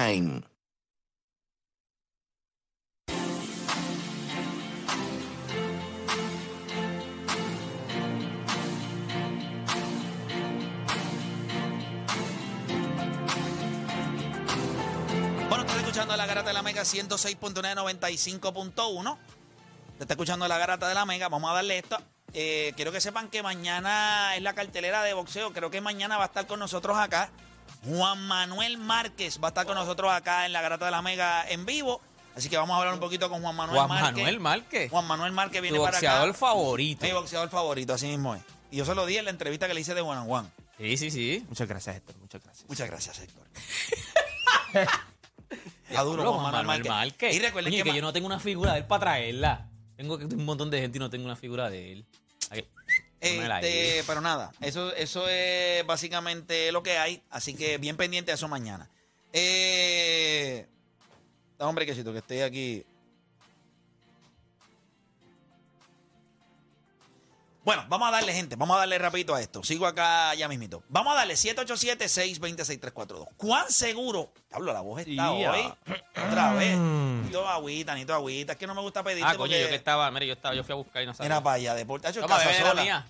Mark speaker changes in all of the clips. Speaker 1: time.
Speaker 2: Bueno, estás escuchando la garata de la Mega 106.9, 95.1. Te está escuchando la garata de la Mega. Vamos a darle esto. Eh, quiero que sepan que mañana es la cartelera de boxeo. Creo que mañana va a estar con nosotros acá. Juan Manuel Márquez va a estar con nosotros acá en la garata de la Mega en vivo. Así que vamos a hablar un poquito con Juan Manuel
Speaker 3: Juan
Speaker 2: Márquez.
Speaker 3: Manuel Márquez.
Speaker 2: Juan Manuel Márquez viene
Speaker 3: tu
Speaker 2: para
Speaker 3: boxeador
Speaker 2: acá.
Speaker 3: favorito.
Speaker 2: Mi boxeador favorito, así mismo es. Y yo se lo di en la entrevista que le hice de Juan Juan.
Speaker 3: Sí, sí, sí. Muchas gracias, Héctor. Muchas gracias.
Speaker 2: Muchas gracias, Héctor. Está duro,
Speaker 3: Pablo,
Speaker 2: Juan Manuel Márquez. Y recuerden
Speaker 3: Coño,
Speaker 2: que,
Speaker 3: que,
Speaker 2: ma-
Speaker 3: yo no tengo una figura de él para traerla. Tengo que- un montón de gente y no tengo una figura de él. Ay, ponmela ahí.
Speaker 2: Este, pero nada, eso, eso es básicamente lo que hay. Así que bien pendiente a eso mañana. Eh, da un brequecito que estoy aquí. Bueno, vamos a darle, gente. Vamos a darle rapidito a esto. Sigo acá ya mismito. Vamos a darle 787-626-342. ¿Cuán seguro? Hablo, la voz está
Speaker 3: Ya.
Speaker 2: hoy. Otra vez. Ni todo agüita, ni todo agüita. Es que no me gusta pedirte
Speaker 3: Ah, coño,
Speaker 2: porque-
Speaker 3: yo que estaba, mira, yo estaba, yo fui a buscar y no sabía.
Speaker 2: Mira para allá, deporte. Hacho,
Speaker 3: Toma,
Speaker 2: casa
Speaker 3: bebé, la
Speaker 2: sola.
Speaker 3: mía.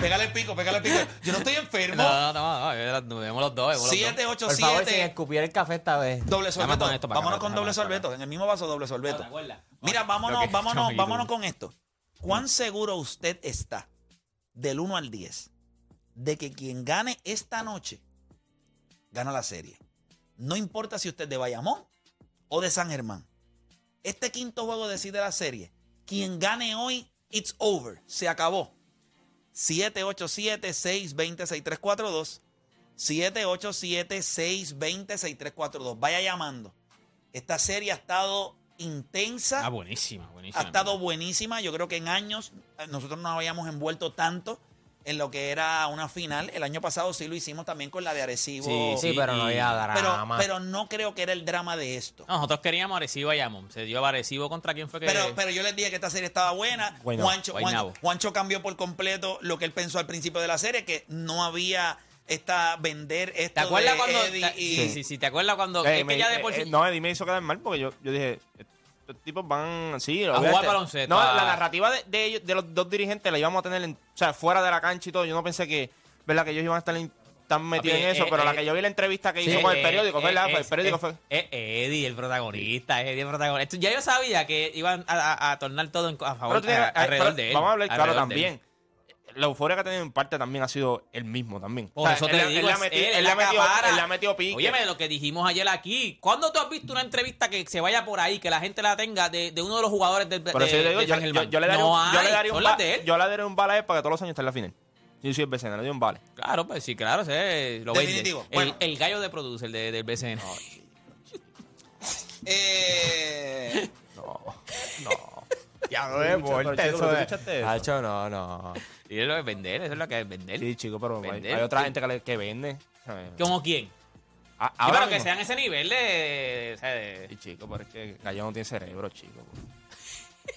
Speaker 2: Pégale el pico, pégale el pico. Yo no estoy
Speaker 3: No,
Speaker 2: enfermo.
Speaker 3: no, no, no, bebé, la- bebemos los dos, bebemos los dos.
Speaker 4: Por favor, sin
Speaker 2: 787
Speaker 4: escupir el café esta vez.
Speaker 2: doble
Speaker 3: Dame
Speaker 2: sorbeto.
Speaker 3: con esto para acá,
Speaker 2: vámonos con
Speaker 3: dame
Speaker 2: doble
Speaker 3: esto para
Speaker 2: sorbeto. En el mismo vaso, doble
Speaker 3: No, ¿te
Speaker 2: sorbeto.
Speaker 3: acuerdas?
Speaker 2: Mira, vámonos,
Speaker 3: Creo que-
Speaker 2: vámonos,
Speaker 3: Chamito.
Speaker 2: vámonos con esto. ¿Cuán seguro usted está del 1 al 10 de que quien gane esta noche gana la serie? No importa si usted es de Bayamón o de San Germán. Este quinto juego decide la serie. Quien gane hoy, it's over. Se acabó. 787-620-6342. 787-620-6342. Vaya llamando. Esta serie ha estado intensa.
Speaker 3: Ah, buenísima, buenísima.
Speaker 2: Ha estado buenísima. Yo creo que en años eh, nosotros no habíamos envuelto tanto en lo que era una final. El año pasado sí lo hicimos también con la de Arecibo.
Speaker 3: Sí,
Speaker 4: Sí, pero no había
Speaker 2: pero,
Speaker 4: drama.
Speaker 2: pero no creo que era el drama de esto.
Speaker 3: No, nosotros queríamos Arecibo y Amon. Se dio Arecibo contra quién fue que.
Speaker 2: Pero, pero yo les dije que esta serie estaba buena.
Speaker 4: Guaynabo,
Speaker 2: Juancho, Juan-
Speaker 3: Guaynabo.
Speaker 2: Juancho cambió por completo lo que él pensó al principio de la serie, que no había esta vender esto
Speaker 3: ¿Te acuerdas
Speaker 2: de
Speaker 3: cuando.?
Speaker 2: Eddie
Speaker 3: te-
Speaker 2: y-
Speaker 3: sí, sí, sí, ¿te acuerdas cuando.?
Speaker 5: Eh,
Speaker 3: es
Speaker 5: me-
Speaker 3: que ya de por
Speaker 5: eh,
Speaker 3: sí.
Speaker 5: eh, no, Eddie me hizo quedar mal porque yo, yo dije, estos tipos van así.
Speaker 3: A jugar baloncesto,
Speaker 5: No,
Speaker 3: a-
Speaker 5: la narrativa de, de ellos, de los dos dirigentes la íbamos a tener en- o sea, fuera de la cancha y todo. Yo no pensé que, ¿verdad? Que ellos iban a estar in- tan metidos
Speaker 3: Papi,
Speaker 5: en eso,
Speaker 3: eh,
Speaker 5: pero la
Speaker 3: eh,
Speaker 5: que yo vi la entrevista que
Speaker 3: Sí,
Speaker 5: hizo con el
Speaker 3: eh,
Speaker 5: periódico,
Speaker 3: eh,
Speaker 5: ¿verdad?
Speaker 3: es-
Speaker 5: el periódico
Speaker 3: es-
Speaker 5: fue...
Speaker 3: es Eddie, el protagonista, es Eddie el protagonista. Esto- Ya yo sabía que iban a, a- a tornar todo en co- a favor,
Speaker 5: Pero tú tienes-
Speaker 3: a-
Speaker 5: ay,
Speaker 3: alrededor
Speaker 5: pero
Speaker 3: de él.
Speaker 5: Vamos a hablar claro
Speaker 3: alrededor de él.
Speaker 5: también. La euforia que ha tenido en parte también ha sido el mismo también.
Speaker 3: Por eso te
Speaker 5: él,
Speaker 3: digo,
Speaker 5: él le ha
Speaker 3: es
Speaker 5: metido-
Speaker 3: él,
Speaker 5: él le ha
Speaker 3: la
Speaker 5: metido-
Speaker 3: acapara.
Speaker 5: él le ha metido pique.
Speaker 3: Óyeme, lo que dijimos ayer aquí. ¿Cuándo tú has visto una entrevista que se vaya por ahí, que la gente la tenga de, de uno de los jugadores del
Speaker 5: Por eso
Speaker 3: de-
Speaker 5: yo, digo,
Speaker 3: de
Speaker 5: yo,
Speaker 3: San
Speaker 5: yo-
Speaker 3: Germán?
Speaker 5: yo le daría
Speaker 3: no
Speaker 5: un, yo le
Speaker 3: hay,
Speaker 5: daría un
Speaker 3: son
Speaker 5: ba-
Speaker 3: las de él.
Speaker 5: yo le daría un bala a él para que todos los años esté en la final. Yo soy el vecino, le doy un bala.
Speaker 3: Claro, pues sí, claro, ese es- lo vende.
Speaker 2: Definitivo.
Speaker 3: El,
Speaker 2: Bueno.
Speaker 3: el gallo de producer de- del BCN.
Speaker 2: Eh,
Speaker 4: No,
Speaker 5: Ya
Speaker 4: no es deporte
Speaker 5: chico,
Speaker 4: eso.
Speaker 5: ¿tú
Speaker 4: es-
Speaker 5: escuchaste eso?
Speaker 4: Hacho, no, no.
Speaker 3: y es lo de vender, eso es lo que es vender.
Speaker 5: Sí, chico, pero hay-
Speaker 3: Vender,
Speaker 5: hay, otra
Speaker 3: sí.
Speaker 5: gente que, le- que vende.
Speaker 3: ¿Como quién?
Speaker 5: A-
Speaker 3: Sí,
Speaker 5: ahora
Speaker 3: pero que
Speaker 5: mismo.
Speaker 3: sean ese nivel de. o sea, de-
Speaker 5: Sí, chico, pero es que Gallo no tiene cerebro, chico.
Speaker 3: Eh,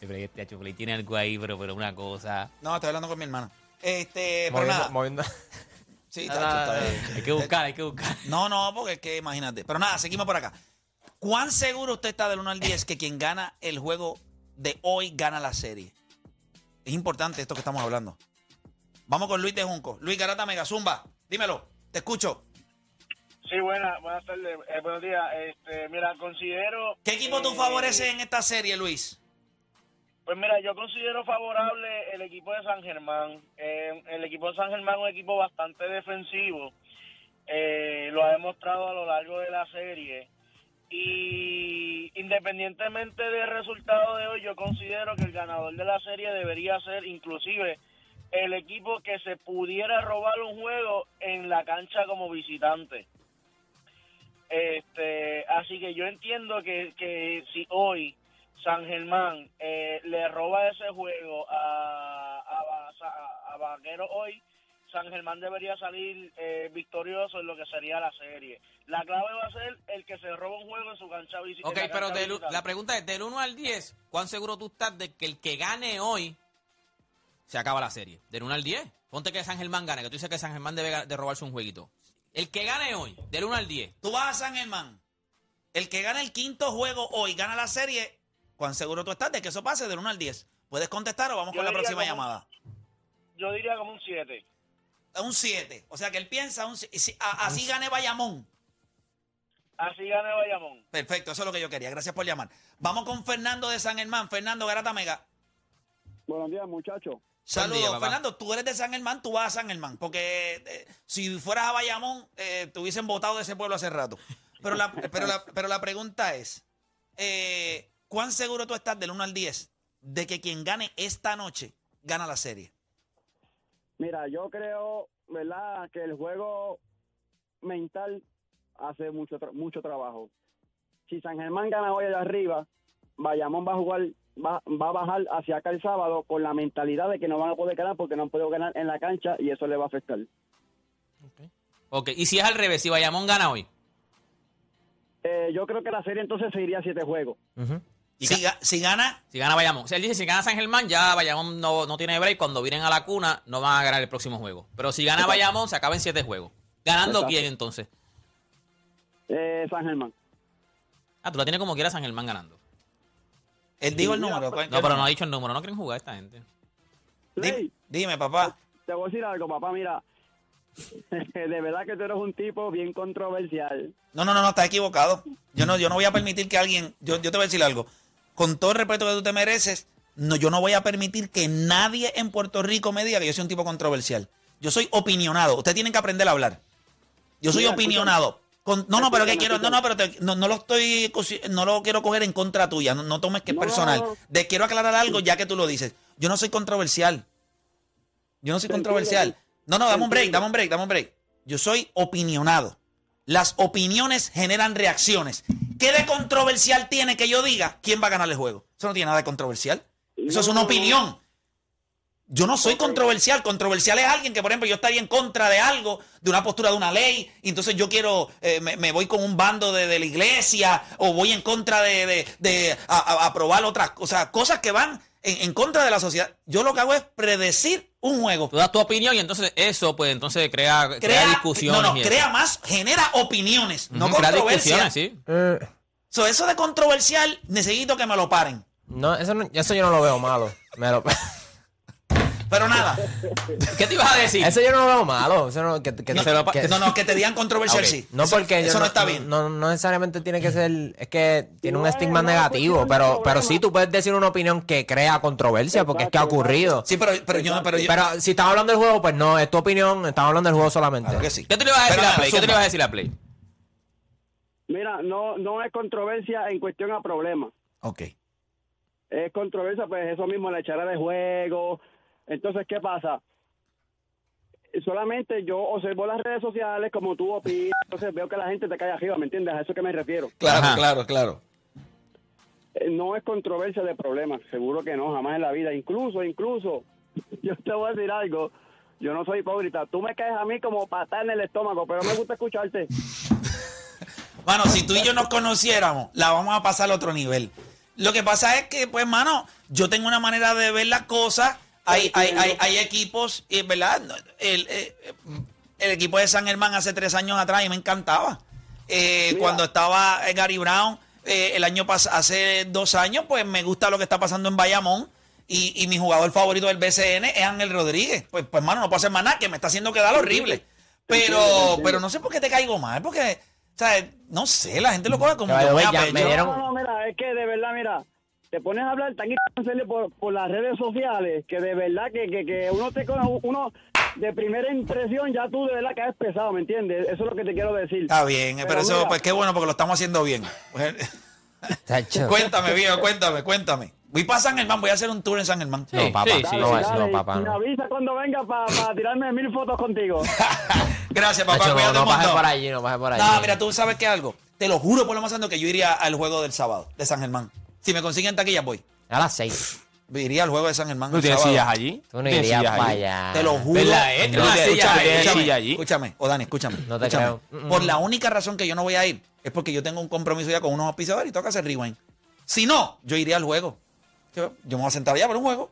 Speaker 3: Pero este Chocolate tiene algo ahí, pero, pero una cosa.
Speaker 2: no, estoy hablando con mi hermana. Este, pero
Speaker 4: Moviendo-
Speaker 2: nada.
Speaker 4: moviendo-
Speaker 2: Sí,
Speaker 3: Ah,
Speaker 2: está- está-
Speaker 3: hay que buscar, hay que buscar.
Speaker 2: No, no, porque es que imagínate. Pero nada, seguimos por acá. ¿Cuán seguro usted está del 1 al 10 que quien gana el juego de hoy gana la serie? Es importante esto que estamos hablando. Vamos con Luis de Junco. Luis Garata Megazumba, dímelo, te escucho.
Speaker 6: Sí, buena, buenas tardes, eh, buenos días. Este, mira, considero...
Speaker 2: ¿Qué equipo tú
Speaker 6: eh,
Speaker 2: favoreces en esta serie, Luis?
Speaker 6: Pues mira, yo considero favorable el equipo de San Germán. Eh, el equipo de San Germán es un equipo bastante defensivo. Eh, lo ha demostrado a lo largo de la serie. Y independientemente del resultado de hoy, yo considero que el ganador de la serie debería ser inclusive el equipo que se pudiera robar un juego en la cancha como visitante. Este, así que yo entiendo que, que si hoy San Germán eh, le roba ese juego a, a, Va- a- a Vaquero hoy, San Germán debería salir eh, victorioso en lo que sería la serie. La clave va a ser el que se roba un juego en su cancha bici- en
Speaker 3: Ok,
Speaker 6: la
Speaker 3: pero
Speaker 6: cancha
Speaker 3: del-
Speaker 6: visitante.
Speaker 3: la pregunta es, del 1 al 10, ¿cuán seguro tú estás de que el que gane hoy se acaba la serie. Del 1 al 10. Ponte que San Germán gane, que tú dices que San Germán debe ga- de robarse un jueguito. El que gane hoy, del 1 al 10.
Speaker 2: Tú vas a San Germán. El que gana el quinto juego hoy gana la serie. ¿Cuán seguro tú estás de que eso pase del 1 al 10? ¿Puedes contestar o vamos
Speaker 6: Yo
Speaker 2: con la
Speaker 6: diría
Speaker 2: próxima
Speaker 6: como-
Speaker 2: llamada?
Speaker 6: Yo diría como un 7.
Speaker 2: Un 7. O sea que él piensa, un si- si- a- así gane Bayamón.
Speaker 6: Así gana Bayamón.
Speaker 2: Perfecto, eso es lo que yo quería. Gracias por llamar. Vamos con Fernando de San Germán. Fernando Garata Mega.
Speaker 1: Buenos días, muchachos.
Speaker 2: Saludos,
Speaker 3: día, papá.
Speaker 2: Fernando. Tú eres de San Germán, tú vas a San Germán. Porque eh, si fueras a Bayamón, eh, te hubiesen votado de ese pueblo hace rato. Pero la, pero la, pero la pregunta es: eh, ¿cuán seguro tú estás del 1 al 10 de que quien gane esta noche gana la serie?
Speaker 1: Mira, yo creo, ¿verdad?, que el juego mental hace mucho, tra- mucho trabajo. Si San Germán gana hoy de arriba, Bayamón va a jugar, va, va a bajar hacia acá el sábado con la mentalidad de que no van a poder ganar porque no han podido ganar en la cancha y eso le va a afectar.
Speaker 3: Ok, y si es al revés, si Bayamón gana hoy.
Speaker 1: Eh, yo creo que la serie entonces se iría a siete juegos.
Speaker 3: Y
Speaker 2: Si, ga- si gana,
Speaker 3: Si gana Bayamón. O sea, él dice, si gana San Germán, ya Bayamón no, no tiene break. Cuando vienen a la cuna, no van a ganar el próximo juego. Pero si gana Bayamón, se acaba en siete juegos. ¿Ganando
Speaker 1: Exacto.
Speaker 3: quién entonces?
Speaker 1: Eh, San Germán.
Speaker 3: Ah, tú la tienes como quiera San Germán ganando.
Speaker 2: él dijo el número. pues, ¿cuál-
Speaker 3: No, pero no ha dicho el número. No quieren jugar esta gente.
Speaker 2: Dime,
Speaker 1: Ley,
Speaker 2: dime, papá.
Speaker 1: te voy a decir algo, papá, mira. de verdad que tú eres un tipo bien controversial.
Speaker 2: No, no, no, no, estás equivocado. Yo no, yo no voy a permitir que alguien. Yo, yo te voy a decir algo. Con todo el respeto que tú te mereces, no, yo no voy a permitir que nadie en Puerto Rico me diga que yo soy un tipo controversial. Yo soy opinionado. Ustedes tienen que aprender a hablar. Yo soy
Speaker 1: Mira,
Speaker 2: opinionado. Con- no, no, pero que
Speaker 1: escúchame,
Speaker 2: quiero. No, no, pero te- no, no lo estoy. cosi- No lo quiero coger en contra tuya. No, no tomes que es
Speaker 1: No,
Speaker 2: personal.
Speaker 1: no, no.
Speaker 2: Te quiero aclarar algo ya que tú lo dices. Yo no soy controversial. Yo no soy
Speaker 1: Te
Speaker 2: controversial.
Speaker 1: entiendo.
Speaker 2: No, no,
Speaker 1: Te
Speaker 2: dame un break,
Speaker 1: entiendo.
Speaker 2: dame un break, dame un break. Yo soy opinionado. Las opiniones generan reacciones. ¿Qué de controversial tiene que yo diga quién va a ganar el juego? Eso no tiene nada de controversial. Eso es una
Speaker 1: No.
Speaker 2: opinión. Yo no soy controversial. Controversial es alguien que, por ejemplo, yo estaría en contra de algo, de una postura de una ley, y entonces yo quiero, eh, me, me voy con un bando de, de la iglesia, o voy en contra de, de- de a- a- aprobar otras cosas, cosas que van en, en contra de la sociedad. Yo lo que hago es predecir un juego.
Speaker 3: Tú das tu opinión y entonces eso, pues entonces crea, crea, discusiones.
Speaker 2: No,
Speaker 3: y
Speaker 2: no,
Speaker 3: eso.
Speaker 2: crea más, genera opiniones, no
Speaker 3: Ujú, crea
Speaker 2: controversias.
Speaker 3: discusiones, sí.
Speaker 2: So, eso de controversial, necesito que me lo paren.
Speaker 4: No, eso, no- eso yo no lo veo malo. Me lo-
Speaker 2: Pero nada,
Speaker 3: ¿Qué te ibas a decir?
Speaker 4: eso yo no lo veo malo. Eso no, que, que-
Speaker 3: No, se lo pa-
Speaker 4: que-
Speaker 2: no, no, que te digan
Speaker 4: Ah,
Speaker 2: controversial
Speaker 4: ok.
Speaker 2: sí.
Speaker 4: No
Speaker 2: Eso-
Speaker 4: porque yo
Speaker 2: eso no está bien.
Speaker 4: No, no necesariamente tiene que ser. Es que tiene un
Speaker 1: No,
Speaker 4: estigma
Speaker 1: no,
Speaker 4: negativo,
Speaker 1: cuestión de
Speaker 4: pero, pero
Speaker 1: problema.
Speaker 4: sí tú puedes decir una opinión que crea controversia porque es que ha
Speaker 1: Exacto,
Speaker 4: ocurrido.
Speaker 2: Sí, pero, pero yo no, pero yo-
Speaker 4: Pero si estamos hablando del juego, pues no, es tu opinión, estamos hablando del juego solamente.
Speaker 2: Claro que sí.
Speaker 3: ¿Qué tú le ibas a decir
Speaker 2: Pero
Speaker 3: a
Speaker 2: nada,
Speaker 3: Play? ¿Qué tú le
Speaker 2: zumba.
Speaker 3: ibas a decir a Play?
Speaker 1: Mira, no, no es controversia en cuestión a problemas.
Speaker 2: Ok.
Speaker 1: es controversia, pues eso mismo, la echara de juego. Entonces, ¿qué pasa? Solamente yo observo las redes sociales como tú opinas, entonces veo que la gente te cae arriba, ¿me entiendes? A eso que me refiero.
Speaker 2: Claro,
Speaker 3: Ajá.
Speaker 2: claro, claro.
Speaker 1: Eh, No es controversia de problemas, seguro que no, jamás en la vida. Incluso, incluso, yo te voy a decir algo, yo no soy hipócrita, tú me caes a mí como patada en el estómago, pero me gusta escucharte.
Speaker 2: Mano, si tú y yo nos conociéramos, la vamos a pasar a otro nivel. Lo que pasa es que, pues, mano, yo tengo una manera de ver las cosas. Hay, hay, hay, hay equipos, eh, ¿verdad? No, El, eh, el equipo de San Germán hace tres años atrás y me encantaba. Eh,
Speaker 1: Mira.
Speaker 2: cuando estaba eh, Gary Brown eh, el año pasado, hace dos años, pues me gusta lo que está pasando en Bayamón. Y, y mi jugador favorito del BCN es Ángel Rodríguez. Pues, pues, mano, no puedo hacer más nada, que me está haciendo quedar horrible. Pero, pero no sé por qué te caigo mal, porque, o sea, no sé, la gente lo coge como
Speaker 4: Caballo,
Speaker 2: que pues, muy a
Speaker 4: ya
Speaker 2: pecho.
Speaker 4: me dieron-
Speaker 1: No, no, mira, es que de verdad, mira, te pones a hablar tan en serio por, por las redes sociales que de verdad que, que, que uno te con- uno de primera impresión ya tú de verdad que has pesado, ¿me entiendes? Eso es lo que te quiero decir.
Speaker 2: Está bien, eh, pero, eso,
Speaker 1: mira,
Speaker 2: pues qué bueno, porque lo estamos haciendo bien. Pues,
Speaker 4: Chacho.
Speaker 2: cuéntame, viejo, cuéntame, cuéntame. Voy para San Germán, voy a hacer un tour en San Germán.
Speaker 4: No, papá,
Speaker 3: sí, sí,
Speaker 4: no,
Speaker 1: dale,
Speaker 4: es-
Speaker 1: dale,
Speaker 4: no, papá,
Speaker 1: Me
Speaker 4: no.
Speaker 1: avisa cuando venga para tirarme mil fotos contigo.
Speaker 2: Gracias, papá,
Speaker 4: Chacho, no,
Speaker 2: cuídate
Speaker 4: no
Speaker 2: un
Speaker 4: bajes
Speaker 2: montón.
Speaker 4: por allí, no bajes por allí.
Speaker 2: No, mira, tú sabes que algo. Te lo juro por lo más santo que yo iría al juego del sábado, de San Germán. Si me consiguen taquillas, voy.
Speaker 4: A las seis.
Speaker 2: Iría al juego de San Germán.
Speaker 5: ¿Tú
Speaker 2: el
Speaker 5: tienes
Speaker 2: sábado.
Speaker 5: sillas allí?
Speaker 4: Tú no
Speaker 5: tienes
Speaker 4: irías
Speaker 5: sillas
Speaker 4: para
Speaker 5: allí?
Speaker 4: allá.
Speaker 2: Te lo juro.
Speaker 3: ¿Verdad, eh? Tiene
Speaker 2: No,
Speaker 3: una
Speaker 2: escúchame,
Speaker 3: silla ahí,
Speaker 2: escúchame,
Speaker 5: silla allí.
Speaker 2: Escúchame, o Dani, escúchame.
Speaker 4: No te
Speaker 2: escúchame.
Speaker 4: creo. Mm,
Speaker 2: Por
Speaker 4: mm.
Speaker 2: la única razón que yo no voy a ir es porque yo tengo un compromiso ya con unos auspiciadores y toca hacer rewind. Si no, yo iría al juego. Yo, yo me voy a sentar allá para un juego.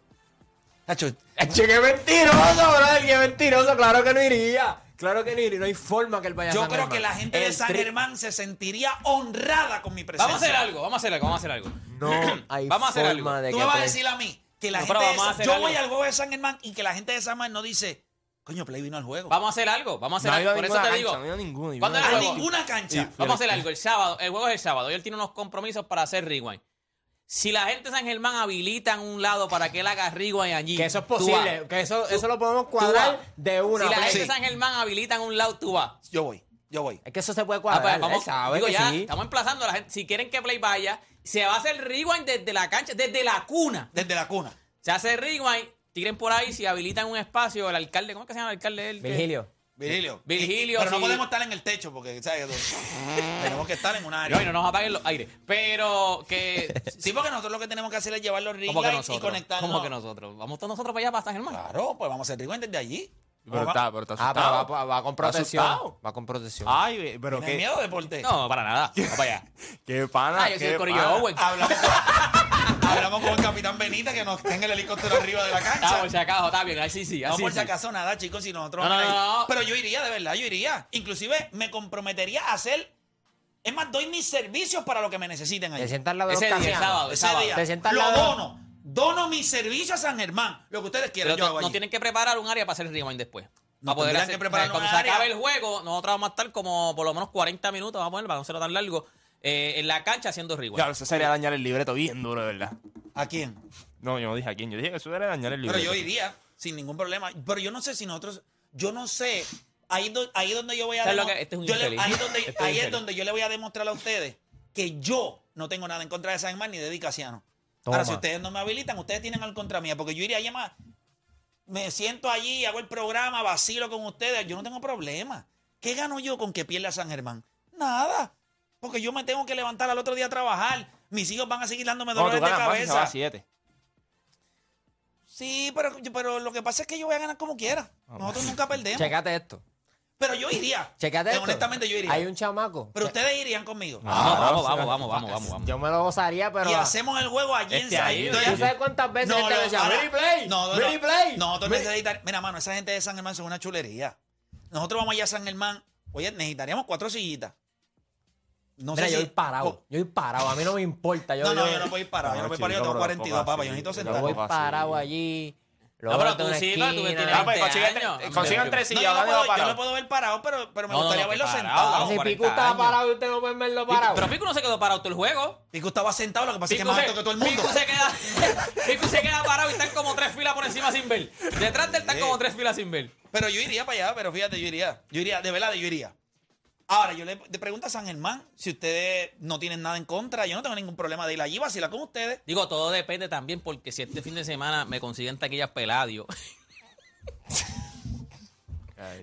Speaker 2: Tacho,
Speaker 4: Che, qué mentiroso, brother, qué mentiroso. Claro que no iría. Claro que no iría. No hay forma que él vaya a
Speaker 2: yo
Speaker 4: San
Speaker 2: creo
Speaker 4: Germán.
Speaker 2: que la gente de
Speaker 4: El
Speaker 2: San
Speaker 4: tri-
Speaker 2: Germán se sentiría honrada con mi presencia.
Speaker 3: Vamos a hacer algo, vamos a hacer algo, vamos a hacer algo.
Speaker 4: No hay
Speaker 3: Vamos a hacer algo.
Speaker 4: forma de
Speaker 2: Tú
Speaker 4: que
Speaker 2: me vas a
Speaker 4: Play-
Speaker 2: decir a mí que la
Speaker 3: No, pero
Speaker 2: gente de
Speaker 3: vamos a
Speaker 2: San-
Speaker 3: hacer
Speaker 2: Yo
Speaker 3: algo.
Speaker 2: voy al juego de San Germán y que la gente de San Germán no dice, coño, Play vino al juego.
Speaker 3: Vamos a hacer algo, vamos a
Speaker 5: No ha
Speaker 3: hacer
Speaker 5: ido
Speaker 3: algo.
Speaker 5: a
Speaker 3: Por eso
Speaker 5: ninguna
Speaker 3: te digo.
Speaker 5: cancha, no ha ido a ninguna.
Speaker 3: ¿Cuándo
Speaker 5: Yo
Speaker 3: era
Speaker 5: no-
Speaker 2: a
Speaker 3: juego.
Speaker 2: ninguna cancha.
Speaker 3: Vamos a hacer algo el sábado. El juego es el sábado. y él tiene unos compromisos para hacer rewind. Si la gente de San Germán habilita en un lado para que él haga rewind allí.
Speaker 4: Que eso es
Speaker 3: tú
Speaker 4: posible.
Speaker 3: vas.
Speaker 4: Que eso, eso lo podemos
Speaker 3: tú
Speaker 4: cuadrar
Speaker 3: vas.
Speaker 4: de una.
Speaker 3: Si la
Speaker 4: pero-
Speaker 3: gente de
Speaker 4: Sí.
Speaker 3: San Germán habilita en un lado, tú vas.
Speaker 2: Yo voy, yo voy.
Speaker 4: Es que eso se puede
Speaker 3: Ah,
Speaker 4: cuadrar.
Speaker 3: pues,
Speaker 4: él
Speaker 3: vamos,
Speaker 4: sabe
Speaker 3: digo
Speaker 4: que
Speaker 3: ya,
Speaker 4: sí.
Speaker 3: estamos emplazando a la gente. Si quieren que Play vaya, se va a hacer rewind desde la cancha, desde la cuna.
Speaker 2: Desde la cuna.
Speaker 3: Se hace rewind, tiren por ahí, si habilitan un espacio, el alcalde, ¿cómo es que se llama el alcalde? él? que-
Speaker 4: Virgilio.
Speaker 2: Virgilio.
Speaker 3: Virgilio,
Speaker 2: Pero no
Speaker 3: sí.
Speaker 2: podemos estar en el techo porque, ¿sabes? tenemos que estar en un área.
Speaker 3: No, y no nos apaguen los aires. Pero que...
Speaker 2: Sí, porque nosotros lo que tenemos que hacer es llevar los ring
Speaker 3: ¿Cómo que
Speaker 2: lights y
Speaker 3: nosotros?
Speaker 2: conectarnos.
Speaker 3: ¿Cómo que nosotros? Vamos todos nosotros para allá, para San Germán.
Speaker 2: Claro, pues vamos a hacer rewind desde allí.
Speaker 5: Pero
Speaker 2: Vamos-
Speaker 5: está, pero está
Speaker 4: Ah, pero
Speaker 5: asustado.
Speaker 4: va, va- va con
Speaker 5: Está
Speaker 4: protección.
Speaker 5: asustado.
Speaker 4: Va con protección.
Speaker 5: Ay, pero
Speaker 2: ¿Tienes
Speaker 5: qué,
Speaker 2: miedo, deporte?
Speaker 3: No, para nada. Va para allá.
Speaker 5: qué pana.
Speaker 3: Ah, yo soy
Speaker 5: qué
Speaker 3: el corillo
Speaker 5: pana.
Speaker 3: de Owen.
Speaker 2: Hablamos, hablamos con el capitán Benita que nos tenga el helicóptero arriba de la
Speaker 3: Ah,
Speaker 2: cancha.
Speaker 3: por si acaso, está bien. Ahí sí, sí.
Speaker 2: No
Speaker 3: así
Speaker 2: por si
Speaker 3: sí.
Speaker 2: acaso nada, chicos, si nosotros...
Speaker 3: No, no, no, no.
Speaker 2: Pero yo iría, de verdad, yo iría. Inclusive me comprometería a hacer... Es más, doy mis servicios para lo que me necesiten ahí.
Speaker 4: Te sientas al lado de
Speaker 3: Ese
Speaker 4: los
Speaker 3: día,
Speaker 4: Casiano.
Speaker 3: sábado,
Speaker 2: Ese día
Speaker 4: Te sientas al
Speaker 2: lo
Speaker 4: lado de-
Speaker 2: dono. Dono mis servicios a San Germán. Lo que ustedes quieran,
Speaker 3: Pero
Speaker 2: yo hago
Speaker 3: no, no
Speaker 2: allí.
Speaker 3: tienen que preparar un área para hacer el rewind después.
Speaker 2: No,
Speaker 3: Para poder
Speaker 2: tendrían
Speaker 3: hacer,
Speaker 2: que preparar
Speaker 3: o sea,
Speaker 2: un
Speaker 3: cuando se
Speaker 2: área.
Speaker 3: acabe el juego, nosotros vamos a estar como por lo menos 40 minutos, vamos a poner, para no serlo tan largo, eh, en la cancha haciendo rewind.
Speaker 5: Ya, eso sería dañar el libreto bien duro, de verdad.
Speaker 2: ¿A quién?
Speaker 5: No, yo no dije a quién. Yo dije que eso era dañar el
Speaker 2: Pero yo
Speaker 5: libreto.
Speaker 2: iría sin ningún problema. Pero yo no sé si nosotros... Yo no sé... Ahí, do- ahí donde yo voy a...
Speaker 3: ¿Sabes lo
Speaker 2: demo-
Speaker 3: que- este es un
Speaker 2: yo le-
Speaker 3: infeliz.
Speaker 2: ahí donde-
Speaker 3: Este es un
Speaker 2: ahí es
Speaker 3: infeliz.
Speaker 2: donde yo le voy a demostrar a ustedes que yo no tengo nada en contra de San Germán ni de Dicasiano.
Speaker 4: Toma.
Speaker 2: Ahora, si ustedes no me habilitan, ustedes tienen al contra mía. Porque yo iría allá más... Me siento allí, hago el programa, vacilo con ustedes. Yo no tengo problema. ¿Qué gano yo con que pierda San Germán? Nada. Porque yo me tengo que levantar al otro día a trabajar. Mis hijos van a seguir dándome
Speaker 5: No, tú
Speaker 2: dolores de
Speaker 5: ganas más y se va
Speaker 2: cabeza.
Speaker 5: a siete.
Speaker 2: Sí, pero, pero lo que pasa es que yo voy a ganar como quiera.
Speaker 5: Ah,
Speaker 2: Nosotros nunca perdemos.
Speaker 4: Checate esto.
Speaker 2: Pero yo iría.
Speaker 3: Eh,
Speaker 4: Checate esto.
Speaker 2: Honestamente, yo iría.
Speaker 4: Hay un chamaco.
Speaker 2: Pero
Speaker 4: que-
Speaker 2: ustedes irían conmigo.
Speaker 3: Vamos, vamos, vamos, vamos, vamos, vamos, vamos.
Speaker 4: Yo me lo gozaría, pero.
Speaker 2: y hacemos el juego allí en
Speaker 3: Este
Speaker 2: San
Speaker 3: ahí,
Speaker 2: Estoy-
Speaker 3: ¿tú
Speaker 4: ¿Tú sabes cuántas veces
Speaker 2: No,
Speaker 4: él te
Speaker 2: no,
Speaker 4: decía,
Speaker 2: ahora-
Speaker 4: "Very play!
Speaker 2: No, no,
Speaker 4: very
Speaker 2: no.
Speaker 4: play!
Speaker 2: No, tú
Speaker 4: very-"
Speaker 2: necesitas- Mira, mano, esa gente de San Germán son una chulería. Nosotros vamos allá a San Germán. Oye, necesitaríamos cuatro sillitas. No
Speaker 4: Mira,
Speaker 2: sé
Speaker 4: yo
Speaker 2: si-
Speaker 4: voy parado. Yo voy parado. A mí no me importa. Yo,
Speaker 2: Oh. No, no,
Speaker 4: yo-
Speaker 2: yo no voy parado. Yo no voy
Speaker 5: Ah, chico,
Speaker 2: parado. Yo tengo
Speaker 5: pero
Speaker 2: 42,
Speaker 5: tampoco
Speaker 2: papá. Yo
Speaker 5: así.
Speaker 2: necesito
Speaker 5: Yo
Speaker 4: yo voy
Speaker 2: sentar.
Speaker 5: tampoco así.
Speaker 4: parado allí. Lo
Speaker 3: No,
Speaker 4: voy
Speaker 3: pero
Speaker 4: a
Speaker 3: tú
Speaker 4: poner
Speaker 3: sí,
Speaker 4: en una
Speaker 3: pero tú tienes
Speaker 4: esquina.
Speaker 5: Ah, pues,
Speaker 3: 20
Speaker 5: consigan tres-
Speaker 3: años.
Speaker 5: consigan tres
Speaker 2: No,
Speaker 5: sillas.
Speaker 2: yo, no
Speaker 5: dale,
Speaker 2: puedo, yo
Speaker 5: parado.
Speaker 2: no puedo ver parado, pero, pero me
Speaker 3: No, no,
Speaker 2: gustaría
Speaker 3: no,
Speaker 2: verlo
Speaker 3: parado.
Speaker 2: sentado.
Speaker 4: Si
Speaker 3: 40
Speaker 4: Pico estaba
Speaker 3: años.
Speaker 4: parado y usted no puede verlo parado.
Speaker 3: Pero Pico no se quedó parado todo el juego.
Speaker 2: Pico estaba sentado, lo que pasa es que es
Speaker 3: Pico
Speaker 2: más
Speaker 3: se,
Speaker 2: alto que todo el mundo.
Speaker 3: Pico se queda, Pico se queda parado y están como tres filas por encima sin ver. Detrás de él están como tres filas sin ver.
Speaker 2: Pero yo iría para allá, pero fíjate, yo iría. Yo iría, de verdad, yo iría. Ahora, yo le le pregunto a San Germán si ustedes no tienen nada en contra. Yo no tengo ningún problema de ir allí, vacilar con ustedes.
Speaker 3: Digo, todo depende también, porque si este fin de semana me consiguen taquillas peladio.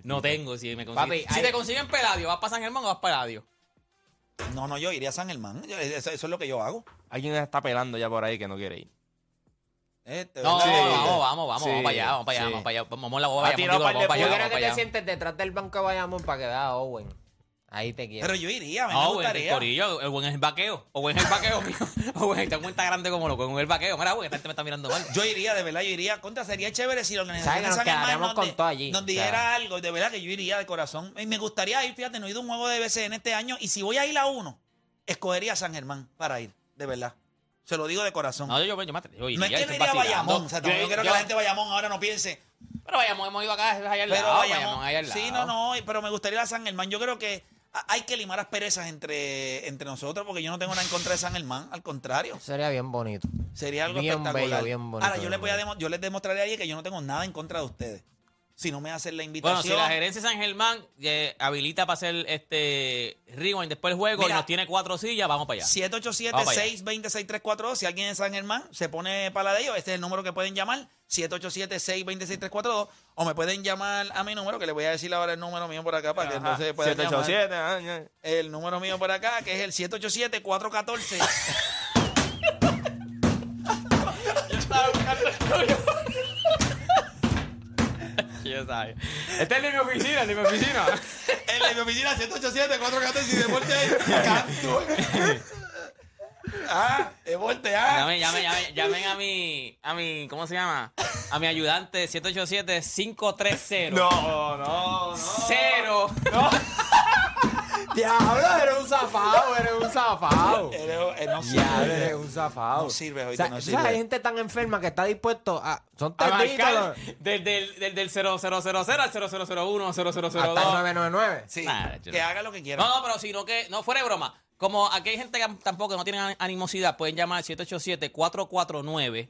Speaker 3: no tengo, si me consiguen.
Speaker 4: Papi,
Speaker 3: si
Speaker 4: hay-
Speaker 3: te consiguen peladio, ¿vas para San Germán o vas para Eladio?
Speaker 2: No, no, yo iría a San Germán. Yo- eso, eso es lo que yo hago.
Speaker 5: Alguien está pelando ya por ahí que no quiere ir.
Speaker 2: Este,
Speaker 3: No,
Speaker 2: ¿verdad?
Speaker 3: vamos, vamos, vamos,
Speaker 5: Sí.
Speaker 3: vamos para allá, vamos para allá,
Speaker 5: Sí.
Speaker 3: vamos para allá, vamos a la
Speaker 5: Ha tirado
Speaker 3: vamos
Speaker 5: par
Speaker 3: para allá, vamos
Speaker 5: de puños.
Speaker 4: Yo quiero que
Speaker 3: para
Speaker 4: te
Speaker 3: allá.
Speaker 4: sientes detrás del banco de Bayamón para que vea a Owen. Ahí te quiero.
Speaker 2: Pero yo iría, a mí me
Speaker 3: No, bueno, el
Speaker 2: gustaría.
Speaker 3: corillo, el buen es el vaqueo, o buen es el vaqueo mío, o buen está cuenta grande como loco, con el vaqueo, mira, güey, esta gente me está mirando mal.
Speaker 2: Yo iría, de verdad, yo iría. Contra, sería chévere si la organización
Speaker 4: ¿Sabes que
Speaker 2: de
Speaker 4: nos
Speaker 2: San Germán
Speaker 4: quedaríamos
Speaker 2: nos,
Speaker 4: con
Speaker 2: di-
Speaker 4: todo allí?
Speaker 2: nos
Speaker 4: O
Speaker 2: dijera
Speaker 4: sea.
Speaker 2: algo. De verdad que yo iría de corazón. Y me gustaría ir, fíjate, no he ido a un juego de BCN este año. Y si voy a ir a uno, escogería a San Germán para ir, de verdad. Se lo digo de corazón.
Speaker 3: No, yo, yo, yo, mate, yo
Speaker 2: no es
Speaker 3: iría,
Speaker 2: que no
Speaker 3: estoy
Speaker 2: iría a
Speaker 3: vacilando.
Speaker 2: Bayamón. O sea, tampoco
Speaker 3: Yo-
Speaker 2: quiero
Speaker 3: yo-
Speaker 2: que la gente de Bayamón ahora no piense.
Speaker 3: Pero Bayamón hemos ido acá, es allá al
Speaker 2: Pero
Speaker 3: lado,
Speaker 2: Bayamón.
Speaker 3: Bayamón, allá al lado.
Speaker 2: Sí, no, no. Pero me gustaría ir a San Germán. Yo creo que a- hay que limar asperezas entre, entre nosotros porque yo no tengo nada en contra de San Germán. Al contrario,
Speaker 4: Sería bien bonito.
Speaker 2: sería algo
Speaker 4: Bien
Speaker 2: espectacular.
Speaker 4: bello, bien bonito,
Speaker 2: ahora, yo les, voy a
Speaker 4: bien.
Speaker 2: demo- yo les demostraré ahí que yo no tengo nada en contra de ustedes. Si no me hacen la
Speaker 3: Bueno,
Speaker 2: invitación.
Speaker 3: si la gerencia de San Germán eh, habilita para hacer este rewind después del juego
Speaker 2: Mira.
Speaker 3: y nos tiene cuatro sillas, vamos para allá.
Speaker 2: 787-620-6342. Si alguien en San Germán se pone para la de ellos, este es el número que pueden llamar. 787-620-6342. O me pueden llamar a mi número, que les voy a decir ahora el número mío por acá para que entonces puedan llamar.
Speaker 5: 787. ah, ya.
Speaker 2: El número mío por acá, que es el 787-414.
Speaker 3: Este es de mi oficina, el de mi oficina.
Speaker 2: el de mi oficina, 787-414. Y deporte ahí. Canto. Ah, deporte, ah.
Speaker 3: Llamen, llamen, llamen, llamen a mi, a mi, ¿cómo se llama? A mi ayudante 787-530.
Speaker 5: No, no, no.
Speaker 3: Cero.
Speaker 4: Diablo, eres un zafado, eres un zafado.
Speaker 2: Eres- eh, no sirve.
Speaker 4: Diablo, eres un zafado.
Speaker 2: No sirve,
Speaker 4: O
Speaker 2: oíste,
Speaker 4: sea,
Speaker 2: no
Speaker 4: o sea,
Speaker 2: sirve.
Speaker 4: hay gente tan enferma que está dispuesto a. Son
Speaker 3: A
Speaker 4: tres
Speaker 3: marcar
Speaker 4: dígitos,
Speaker 3: del, del, del, del 0000 al 0001,
Speaker 4: Hasta el
Speaker 3: 0002.
Speaker 4: 999.
Speaker 2: Sí,
Speaker 3: Nah, yo
Speaker 2: que
Speaker 3: no.
Speaker 2: haga lo que quiera.
Speaker 3: No, no, pero sino que, no fuera de broma. Como aquí hay gente que tampoco no tiene animosidad, pueden llamar al 787-449.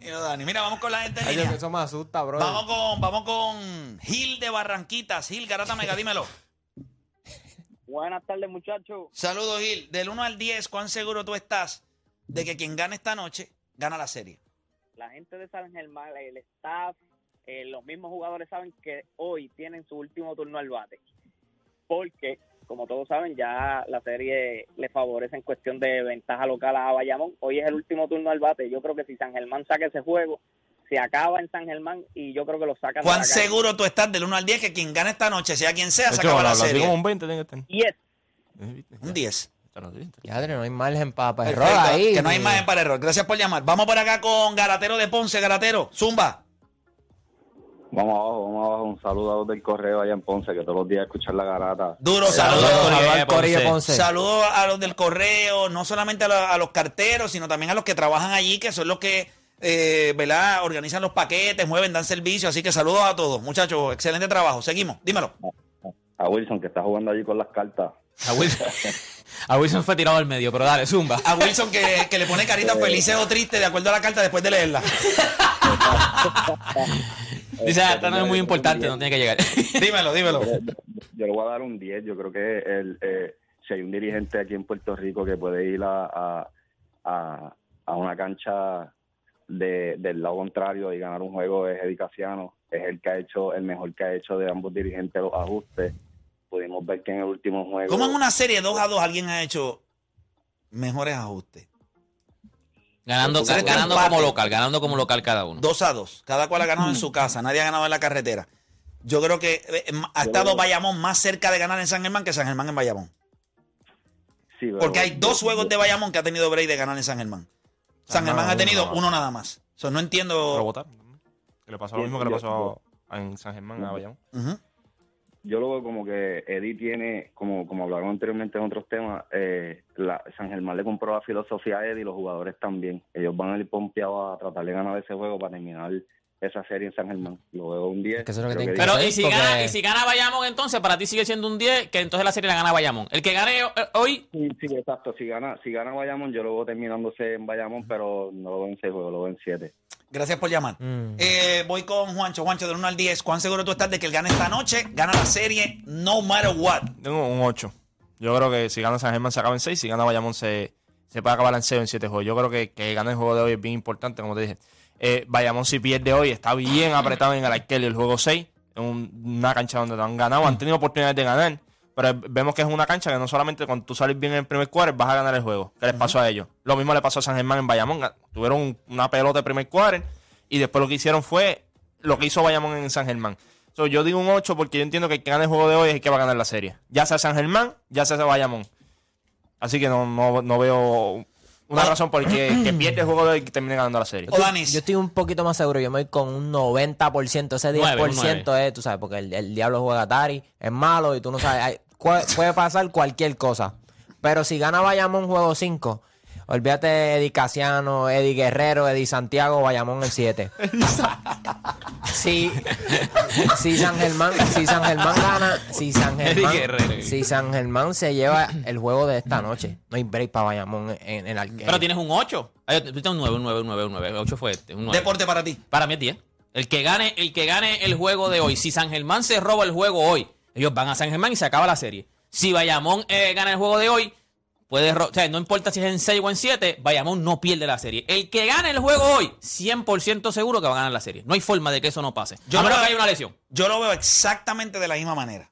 Speaker 2: Mira, Dani, mira, vamos con la gente en
Speaker 4: Ay,
Speaker 2: línea.
Speaker 4: que eso me asusta, bro.
Speaker 2: Vamos con, vamos con Gil de Barranquitas. Gil Garata Mega, dímelo.
Speaker 1: Buenas tardes, muchachos.
Speaker 2: Saludos, Gil. Del 1 al 10, ¿cuán seguro tú estás de que quien gane esta noche gana la serie?
Speaker 1: La gente de San Germán, el staff, eh, los mismos jugadores saben que hoy tienen su último turno al bate. Porque, como todos saben, ya la serie le favorece en cuestión de ventaja local a Bayamón. Hoy es el último turno al bate. Yo creo que si San Germán saca ese juego, se acaba en San Germán y yo creo que lo sacan. de
Speaker 2: ¿Cuán
Speaker 1: la calle.
Speaker 2: seguro tú estás del 1 al 10 que quien gane esta noche, sea quien sea, se
Speaker 5: Chacho,
Speaker 2: acaba la
Speaker 5: habla así
Speaker 2: serie?
Speaker 5: como un 20 tiene que tener.
Speaker 1: Yes.
Speaker 5: ¿Eh,
Speaker 2: Un 10.
Speaker 4: Yadre, no hay margen para error
Speaker 2: Perfecto,
Speaker 4: ahí.
Speaker 2: Que no hay más para error. Gracias por llamar. Vamos por acá con Garatero de Ponce. Garatero, Zumba.
Speaker 7: Vamos abajo, vamos abajo. Un saludo a los del correo allá en Ponce, que todos los días escuchan la garata.
Speaker 2: Duro,
Speaker 4: Saludos,
Speaker 2: saludos.
Speaker 4: saludos
Speaker 3: Corillo de
Speaker 4: al Corillo
Speaker 3: Ponce.
Speaker 4: Ponce.
Speaker 2: Saludos a los del correo, no solamente a, la- a los carteros, sino también a los que trabajan allí, que son los que, eh, ¿verdad? Organizan los paquetes, mueven, dan servicio. Así que saludos a todos, muchachos. Excelente trabajo. Seguimos, dímelo.
Speaker 7: A Wilson, que está jugando allí con las cartas.
Speaker 3: A Wilson, a Wilson fue tirado al medio, pero dale, zumba.
Speaker 2: A Wilson que, que le pone caritas felices o tristes de acuerdo a la carta después de leerla.
Speaker 3: Dice, ah, esta no es muy importante, no tiene que llegar.
Speaker 2: Dímelo, dímelo.
Speaker 7: Yo le voy a dar un 10. Yo creo que el, eh, si hay un dirigente aquí en Puerto Rico que puede ir a, a, a- a una cancha de- del lado contrario y ganar un juego es Eddie Casiano. Es el que ha hecho, el mejor que ha hecho de ambos dirigentes los ajustes. Pudimos ver que en el último juego.
Speaker 2: ¿Cómo en una serie 2 a 2 alguien ha hecho mejores ajustes?
Speaker 3: Ganando,
Speaker 2: Porque este
Speaker 3: ganando
Speaker 2: empate-
Speaker 3: como local, ganando como local cada uno.
Speaker 2: 2 a 2. Cada cual ha ganado en su casa, nadie ha ganado en la carretera. Yo creo que eh, ha estado Bayamón más cerca de ganar en San Germán que San Germán en Bayamón.
Speaker 7: Sí, pero-
Speaker 2: Porque hay dos juegos de Bayamón que ha tenido Bray de ganar en San Germán. San
Speaker 5: Ah,
Speaker 2: Germán ha
Speaker 5: uno
Speaker 2: tenido
Speaker 5: nada más.
Speaker 2: uno nada más. O sea, no
Speaker 5: Pero
Speaker 2: entiendo.
Speaker 5: votar. Que le pasó lo mismo que le pasó a- en San Germán, a Bayamón.
Speaker 2: Ujú.
Speaker 7: yo lo veo como que Eddie tiene, como, como hablaron anteriormente en otros temas, eh, la, San Germán le compró la filosofía a Eddie y los jugadores también. Ellos van a ir pompeados a tratar de ganar ese juego para terminar esa serie en San Germán. Lo veo un 10.
Speaker 4: Es que eso es lo que
Speaker 7: Creo
Speaker 4: tienen
Speaker 7: Eddie-
Speaker 3: Pero
Speaker 4: Sí,
Speaker 3: y si,
Speaker 4: porque-
Speaker 3: gana, y si gana Bayamón, entonces para ti sigue siendo un 10, que entonces la serie la gana Bayamón. El que gane eh, hoy,
Speaker 7: Sí, sí, exacto. Si gana, si gana Bayamón, yo lo veo terminándose en Bayamón, pero no lo veo en seis juegos, lo veo en siete.
Speaker 2: Gracias por llamar.
Speaker 4: Mm.
Speaker 2: Eh, voy con Juancho. Juancho, del 1 al 10. ¿Cuán seguro tú estás de que él gana esta noche? Gana la serie no matter what.
Speaker 5: Tengo un 8. Yo creo que si gana San Germán se acaba en 6. Si gana Bayamón se, se puede acabar en 0 en 7 juegos. Yo creo que, que ganar el juego de hoy es bien importante, como te dije. Eh, Bayamón si pierde hoy está bien apretado en el Arkel el juego 6. Es un- una cancha donde no han ganado, han tenido oportunidades de ganar. Pero vemos que es una cancha que no solamente cuando tú sales bien en el primer quarter vas a ganar el juego. ¿Qué les pasó a ellos? Lo mismo le pasó a San Germán en Bayamón. Ga- Tuvieron una pelota de primer quarter y después lo que hicieron fue lo que hizo Bayamón en San Germán. So, yo digo un 8 porque yo entiendo que el que gane el juego de hoy es el que va a ganar la serie. Ya sea San Germán, ya sea Bayamón. Así que no, no, no veo una razón por qué que pierde el juego de hoy y que termine ganando la serie.
Speaker 2: O Danis.
Speaker 4: Yo estoy un poquito más seguro. Yo me voy con un 90%. Ese
Speaker 3: Nueve, un
Speaker 4: 10% es, tú sabes, porque el, el diablo juega Atari, es malo y tú no sabes. hay- cua- puede pasar cualquier cosa. Pero si gana Bayamón juego 5, olvídate de Eddie Casiano, Eddie Guerrero, Eddie Santiago, Bayamón el 7. si, si San Germán, si San Germán gana, si San
Speaker 3: Eddie
Speaker 4: Germán,
Speaker 3: Guerrero.
Speaker 4: si San Germán se lleva el juego de esta noche, no hay break para Bayamón en- en, el arquero.
Speaker 3: pero tienes un 8. Ay, tú tienes un 9, un 9, un 9, un 9. 8 fue este, un 9.
Speaker 2: Deporte para ti.
Speaker 3: Para mí es 10. El que gane, el que gane el juego de hoy. Si San Germán se roba el juego hoy, ellos van a San Germán y se acaba la serie. Si Bayamón eh, gana el juego de hoy, puede ro- o sea, no importa si es en 6 o en 7, Bayamón no pierde la serie. El que gane el juego hoy, 100% seguro que va a ganar la serie. No hay forma de que eso no pase.
Speaker 2: Yo
Speaker 3: a menos
Speaker 2: no-
Speaker 3: que haya una lesión.
Speaker 2: Yo lo veo exactamente de la misma manera.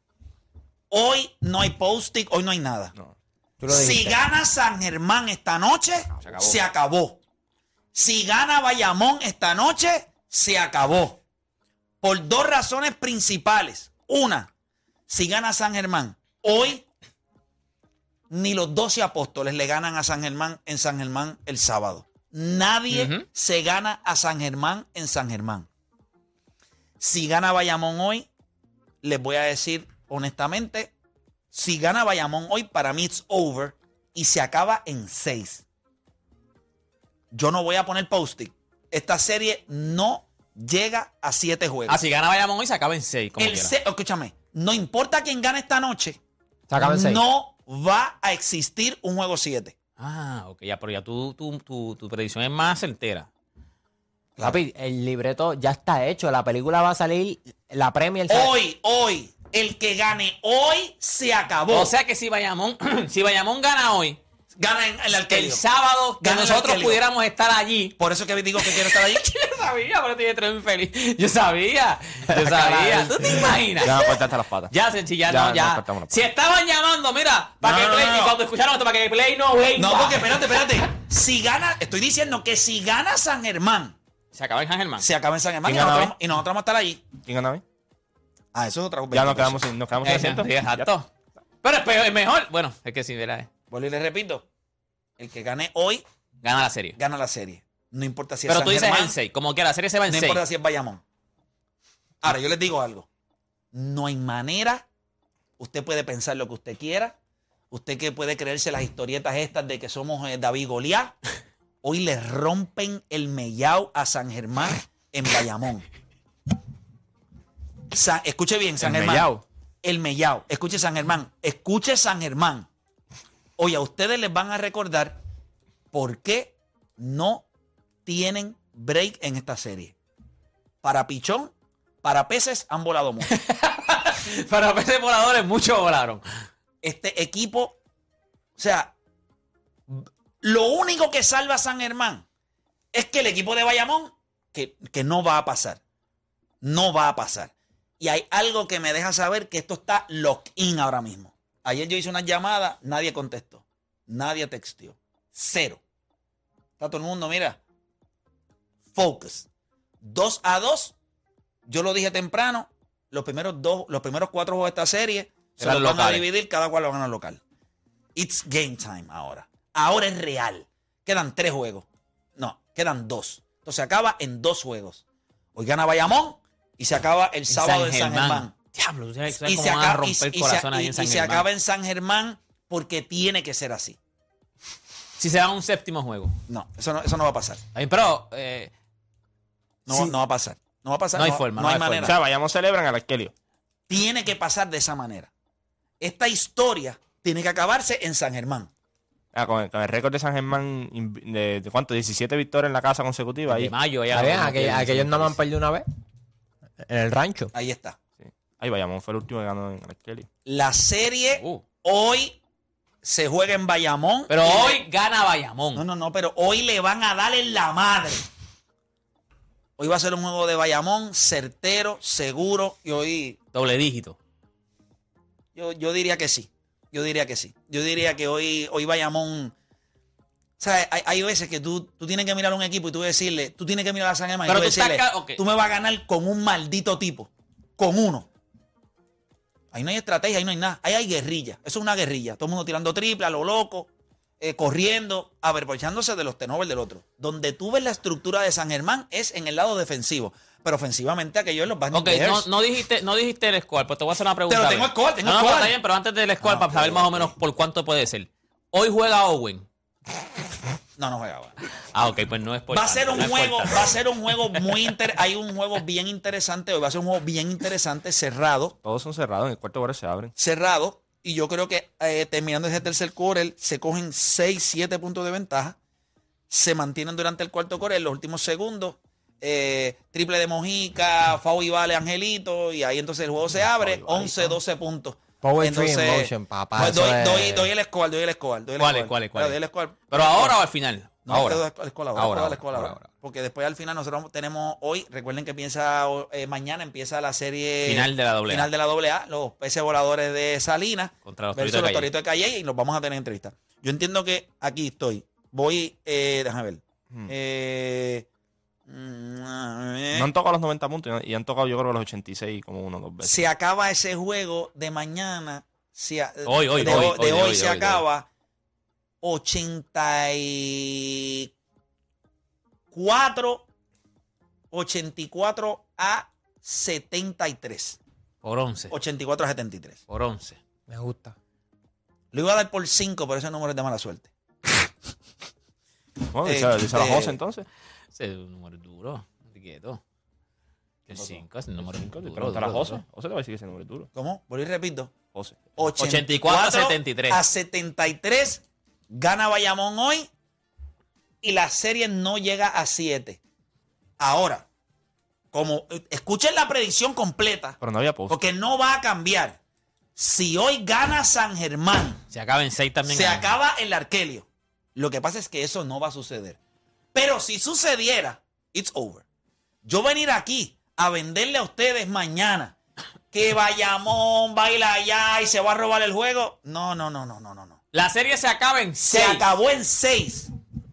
Speaker 2: Hoy no hay post-it, hoy no hay nada.
Speaker 4: Tú lo
Speaker 2: Si
Speaker 4: dijiste.
Speaker 2: gana San Germán esta noche, se acabó. Si gana Bayamón esta noche, se acabó. Por dos razones principales. Una, si gana San Germán hoy, ni los 12 apóstoles le ganan a San Germán en San Germán el sábado. Nadie
Speaker 3: Ujú.
Speaker 2: se gana a San Germán en San Germán. Si gana Bayamón hoy, les voy a decir honestamente, si gana Bayamón hoy, para mí it's over y se acaba en 6. Yo no voy a poner post-it. Esta serie no llega a 7 juegos.
Speaker 3: Ah, si gana Bayamón hoy se acaba en 6. Como
Speaker 2: El
Speaker 3: quiera.
Speaker 2: se- Escúchame, no importa quién gane esta noche,
Speaker 4: Se acaba en seis.
Speaker 2: no va a existir un juego 7.
Speaker 3: Ah, ok, ya, pero ya tu, tu, tu, tu predicción es más certera.
Speaker 4: Papi, el libreto ya está hecho. La película va a salir, la premier. sale-
Speaker 2: Hoy, hoy, el que gane hoy se acabó.
Speaker 3: O sea que si Bayamón, si Bayamón gana hoy,
Speaker 2: gana en el
Speaker 3: el
Speaker 2: alquelio.
Speaker 3: sábado que
Speaker 2: Gana el
Speaker 3: nosotros
Speaker 2: Arkelio.
Speaker 3: pudiéramos estar allí.
Speaker 2: Por eso que digo que quiero estar allí.
Speaker 3: Yo sabía, pero estoy bien feliz. Yo sabía, yo sabía. ¿Tú te imaginas?
Speaker 5: Ya me cortaste las patas.
Speaker 3: Ya, Senchi, ya,
Speaker 5: Ya,
Speaker 3: no,
Speaker 5: no,
Speaker 3: ya.
Speaker 5: cortamos la
Speaker 3: si estaban llamando, mira, para
Speaker 2: No,
Speaker 3: que
Speaker 2: no,
Speaker 3: Play,
Speaker 2: no, no.
Speaker 3: y cuando escucharon esto, para que Play no venga.
Speaker 2: No, porque espérate, espérate. Si gana, estoy diciendo que si gana San Germán,
Speaker 3: Se acaba en San Germán.
Speaker 2: se acaba en San Germán y
Speaker 5: ¿Quién gana
Speaker 2: nosotros, vamos- y nosotros vamos a estar allí.
Speaker 5: ¿Quién gana hoy?
Speaker 2: Ah, eso es otra
Speaker 5: Ya nos quedamos sin, nos quedamos sin
Speaker 3: Ese,
Speaker 5: asiento.
Speaker 3: sí, exacto. Pero es peor, es mejor. Bueno, es que sí, verás.
Speaker 2: Vuelvo y les repito. El que gane hoy,
Speaker 3: Gana la serie.
Speaker 2: gana la serie. No importa si es
Speaker 3: Pero
Speaker 2: San
Speaker 3: tú dices
Speaker 2: Germán,
Speaker 3: en 6. Como que la serie se va en
Speaker 2: No
Speaker 3: 6.
Speaker 2: importa si es Bayamón. Ahora, yo les digo algo. No hay manera. Usted puede pensar lo que usted quiera. Usted que puede creerse las historietas estas de que somos eh, David Goliat. Hoy le rompen el mellao a San Germán en Bayamón. Sa- escuche bien, San
Speaker 5: El
Speaker 2: Germán.
Speaker 5: mellao.
Speaker 2: El mellao. Escuche San Germán. Escuche San Germán. Hoy a ustedes les van a recordar por qué no tienen break en esta serie. Para Pichón, para Peces han volado mucho.
Speaker 3: Para veces voladores, muchos volaron.
Speaker 2: Este equipo, o sea, lo único que salva a San Germán es que el equipo de Bayamón, que, que no va a pasar, no va a pasar. Y hay algo que me deja saber que esto está lock-in ahora mismo. Ayer yo hice una llamada, nadie contestó, nadie texteó, cero. Está todo el mundo, mira, focus. 2 a 2. Yo lo dije temprano. Los primeros dos, los primeros cuatro juegos de esta serie se
Speaker 3: Eran
Speaker 2: los van a
Speaker 3: locales.
Speaker 2: dividir, cada cual lo gana local. It's game time ahora. Ahora es real. Quedan tres juegos. No, quedan dos. Entonces se acaba en dos juegos. Hoy gana Bayamón y se acaba el sábado en San Germán.
Speaker 3: Diablo, tú sabes,
Speaker 2: Y
Speaker 3: cómo
Speaker 2: se
Speaker 3: van a
Speaker 2: acaba- y- y
Speaker 3: romper el
Speaker 2: se
Speaker 3: corazón ahí
Speaker 2: y-
Speaker 3: en San
Speaker 2: y se
Speaker 3: Germán.
Speaker 2: acaba en San Germán porque tiene que ser así.
Speaker 3: Si se da un séptimo juego.
Speaker 2: No, eso no, eso no va a pasar.
Speaker 3: Ay, Pero, eh,
Speaker 2: No,
Speaker 3: Sí.
Speaker 2: no va a pasar. No va a pasar.
Speaker 3: No hay forma, no
Speaker 2: hay
Speaker 3: hay forma.
Speaker 2: manera.
Speaker 5: O sea, vayamos celebran al Arkelio.
Speaker 2: tiene que pasar de esa manera. Esta historia tiene que acabarse en San Germán.
Speaker 5: Ah, con, el, con el récord de San Germán inv- de, de cuánto, 17 victorias en la casa consecutiva.
Speaker 3: de
Speaker 5: Ahí,
Speaker 3: mayo ya.
Speaker 4: Está bien,
Speaker 3: no
Speaker 4: aquel-
Speaker 3: pierden,
Speaker 4: aquellos
Speaker 3: sí,
Speaker 4: no me han
Speaker 3: sí.
Speaker 4: perdido una vez. En el rancho.
Speaker 2: Ahí está.
Speaker 5: ahí Bayamón fue el último que ganó en el Arkelio.
Speaker 2: La serie
Speaker 3: Uh,
Speaker 2: hoy se juega en Bayamón.
Speaker 3: Pero
Speaker 2: Y le-
Speaker 3: hoy gana Bayamón.
Speaker 2: No, no, no, pero hoy le van a dar en la madre. Hoy va a ser un juego de Bayamón certero, seguro. Y hoy
Speaker 3: Doble dígito.
Speaker 2: yo, yo diría que sí. Yo diría que sí. Yo diría que hoy, hoy Bayamón. ¿Sabes? Hay, hay veces que tú, tú tienes que mirar a un equipo y tú decirle, tú tienes que mirar a San Germán y
Speaker 3: Pero
Speaker 2: tú
Speaker 3: tú estás
Speaker 2: decirle,
Speaker 3: ca- ok.
Speaker 2: tú me vas a ganar con un maldito tipo. Con uno. Ahí no hay estrategia, ahí no hay nada. Ahí hay guerrilla. Eso es una guerrilla. Todo el mundo tirando triple a lo loco, eh, corriendo, avergüenzándose de los tenovers del otro. Donde tú ves la estructura de San Germán es en el lado defensivo. Pero ofensivamente aquellos los van
Speaker 3: Ok, no, no dijiste, no dijiste el score, pues te voy a hacer una pregunta.
Speaker 2: Pero tengo
Speaker 3: a ver.
Speaker 2: score, tengo
Speaker 3: no, no,
Speaker 2: score.
Speaker 3: pero está bien, pero antes del score,
Speaker 2: Ah,
Speaker 3: para
Speaker 2: ok,
Speaker 3: saber más o
Speaker 2: ok.
Speaker 3: menos por cuánto puede ser. Hoy juega Owen.
Speaker 2: no, no juega. ahora.
Speaker 3: Ah, ok, pues no es por
Speaker 2: Va a ser
Speaker 3: tanto,
Speaker 2: un
Speaker 3: no es por
Speaker 2: juego,
Speaker 3: tanto.
Speaker 2: va a ser un juego muy inter, hay un juego bien interesante hoy, va a ser un juego bien interesante cerrado,
Speaker 5: Todos son cerrados, en el cuarto quarter se abren.
Speaker 2: cerrado y yo creo que eh, terminando ese tercer quarter se cogen 6, 7 puntos de ventaja, se mantienen durante el cuarto quarter, en los últimos segundos, eh, triple de Mojica, Fau y Vale, Angelito y ahí entonces el juego se abre, 11, 12 puntos.
Speaker 4: Poetry in motion, papá,
Speaker 2: pues,
Speaker 4: eso
Speaker 2: doy,
Speaker 4: es-
Speaker 2: doy- doy el score, doy el score, doy el
Speaker 3: ¿Cuál es,
Speaker 2: score.
Speaker 3: cuál es, cuál
Speaker 2: Doy
Speaker 3: es?
Speaker 2: el score.
Speaker 3: Pero ahora o al final.
Speaker 2: No,
Speaker 3: ahora.
Speaker 2: te doy la escuela ahora,
Speaker 3: Ahora,
Speaker 2: te doy la
Speaker 3: ahora,
Speaker 2: escuela
Speaker 3: ahora,
Speaker 2: ahora.
Speaker 3: ahora.
Speaker 2: Porque después al final nosotros tenemos hoy, recuerden que empieza eh, mañana, empieza la serie
Speaker 3: Final de la doble A.
Speaker 2: eh, final de la doble A, los peces voladores de Salinas
Speaker 3: Contra los
Speaker 2: versus
Speaker 3: Toritos de
Speaker 2: los
Speaker 3: Calle.
Speaker 2: toritos de calle y nos vamos a tener entrevista. Yo entiendo que aquí estoy. Voy, eh, déjame ver.
Speaker 3: Mm.
Speaker 5: Hmm.
Speaker 2: Eh, mm,
Speaker 5: No han tocado los 90 puntos y han- y han tocado yo creo que los 86 como uno o dos veces.
Speaker 2: se acaba ese juego de mañana, si a-
Speaker 3: Hoy, hoy,
Speaker 2: de,
Speaker 3: hoy,
Speaker 2: de hoy
Speaker 3: hoy, hoy,
Speaker 2: se
Speaker 3: hoy,
Speaker 2: acaba 84 84 a 73.
Speaker 3: Por 11.
Speaker 2: 84 a 73.
Speaker 3: Por 11.
Speaker 4: Me gusta.
Speaker 2: Lo iba a dar por 5, pero ese número es de mala suerte.
Speaker 5: Bueno,
Speaker 2: Eh,
Speaker 5: dice, dice la
Speaker 2: eh,
Speaker 5: José entonces.
Speaker 3: Ese es un número duro. Te quieto. El 5 es un número
Speaker 5: Cinco,
Speaker 3: duro.
Speaker 5: Pregunta a la
Speaker 3: duro,
Speaker 5: José.
Speaker 3: duro.
Speaker 5: José le va a decir que ese número es duro.
Speaker 2: ¿Cómo? Volví y repito.
Speaker 5: José.
Speaker 3: 84 a 73.
Speaker 2: A 73 gana Bayamón hoy y la serie no llega a 7. Ahora, como escuchen la predicción completa,
Speaker 5: Pero no había post.
Speaker 2: porque no va a cambiar. Si hoy gana San Germán,
Speaker 3: Se acaba en 6 también.
Speaker 2: se
Speaker 3: gana.
Speaker 2: acaba el arquelio. Lo que pasa es que eso no va a suceder. Pero si sucediera, it's over. Yo venir aquí a venderle a ustedes mañana que Bayamón baila allá y se va a robar el juego. No, no, no, no, no, no. no.
Speaker 3: La serie se acaba en
Speaker 2: Se
Speaker 3: 6.
Speaker 2: acabó en seis.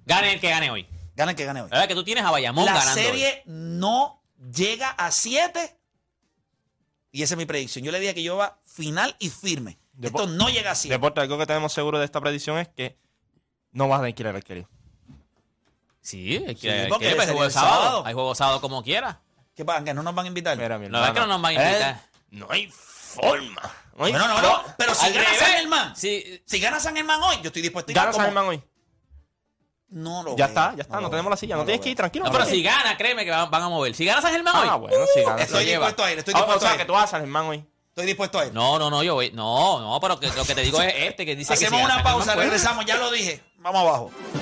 Speaker 3: Gane el que gane hoy.
Speaker 2: Gana el que gane hoy.
Speaker 3: La
Speaker 5: Eh,
Speaker 3: verdad que tú tienes a Bayamón
Speaker 2: La
Speaker 3: ganando. hoy.
Speaker 2: serie no llega a siete. Y esa es mi predicción. Yo le dije que yo va final y firme.
Speaker 5: Depo-
Speaker 2: Esto no llega a siete.
Speaker 5: Deporte, algo que tenemos seguro de esta predicción es que no vas a tener que ir al arquerío.
Speaker 3: Sí, es que,
Speaker 2: Sí,
Speaker 3: es
Speaker 2: porque
Speaker 3: que
Speaker 2: la
Speaker 3: hay
Speaker 2: serie
Speaker 3: juego
Speaker 2: es
Speaker 3: sábado.
Speaker 2: sábado.
Speaker 3: Hay juego sábado como quiera.
Speaker 2: ¿Qué pasa? ¿Que no nos van a invitar?
Speaker 5: Mira, mi
Speaker 3: La verdad es que no
Speaker 5: hermano, Eh,
Speaker 3: nos van a invitar.
Speaker 5: No hay forma. No hay
Speaker 2: Bueno, no, no,
Speaker 5: fo-
Speaker 2: pero si
Speaker 3: Al
Speaker 2: gana
Speaker 3: revés.
Speaker 2: San Germán,
Speaker 3: Sí,
Speaker 2: si gana San Germán hoy, yo estoy dispuesto a ir
Speaker 5: Gana
Speaker 2: como-
Speaker 5: San Germán hoy.
Speaker 2: No lo
Speaker 3: Oh,
Speaker 5: Ya
Speaker 2: veo,
Speaker 5: está, ya está.
Speaker 2: lo
Speaker 5: No
Speaker 2: veo.
Speaker 5: tenemos la silla. No
Speaker 2: lo
Speaker 5: tienes que
Speaker 2: veo.
Speaker 5: ir, tranquilo.
Speaker 3: No, pero si gana, créeme que van, van a mover. Si gana San Germán
Speaker 5: Ah,
Speaker 3: hoy.
Speaker 5: bueno, sí, gana.
Speaker 2: Estoy
Speaker 5: se lleva.
Speaker 2: dispuesto a ir, estoy
Speaker 5: Ah, O
Speaker 2: dispuesto a
Speaker 5: sea,
Speaker 2: ir.
Speaker 5: que tú vas a San Germán hoy.
Speaker 2: Estoy dispuesto a ir.
Speaker 3: No, no, no, yo voy. No, no, pero que- lo que te digo es este que dice que
Speaker 2: Hacemos
Speaker 3: si
Speaker 2: una
Speaker 3: gana San Germán,
Speaker 2: pausa,
Speaker 3: pues-
Speaker 2: regresamos, ya lo dije. Vamos abajo.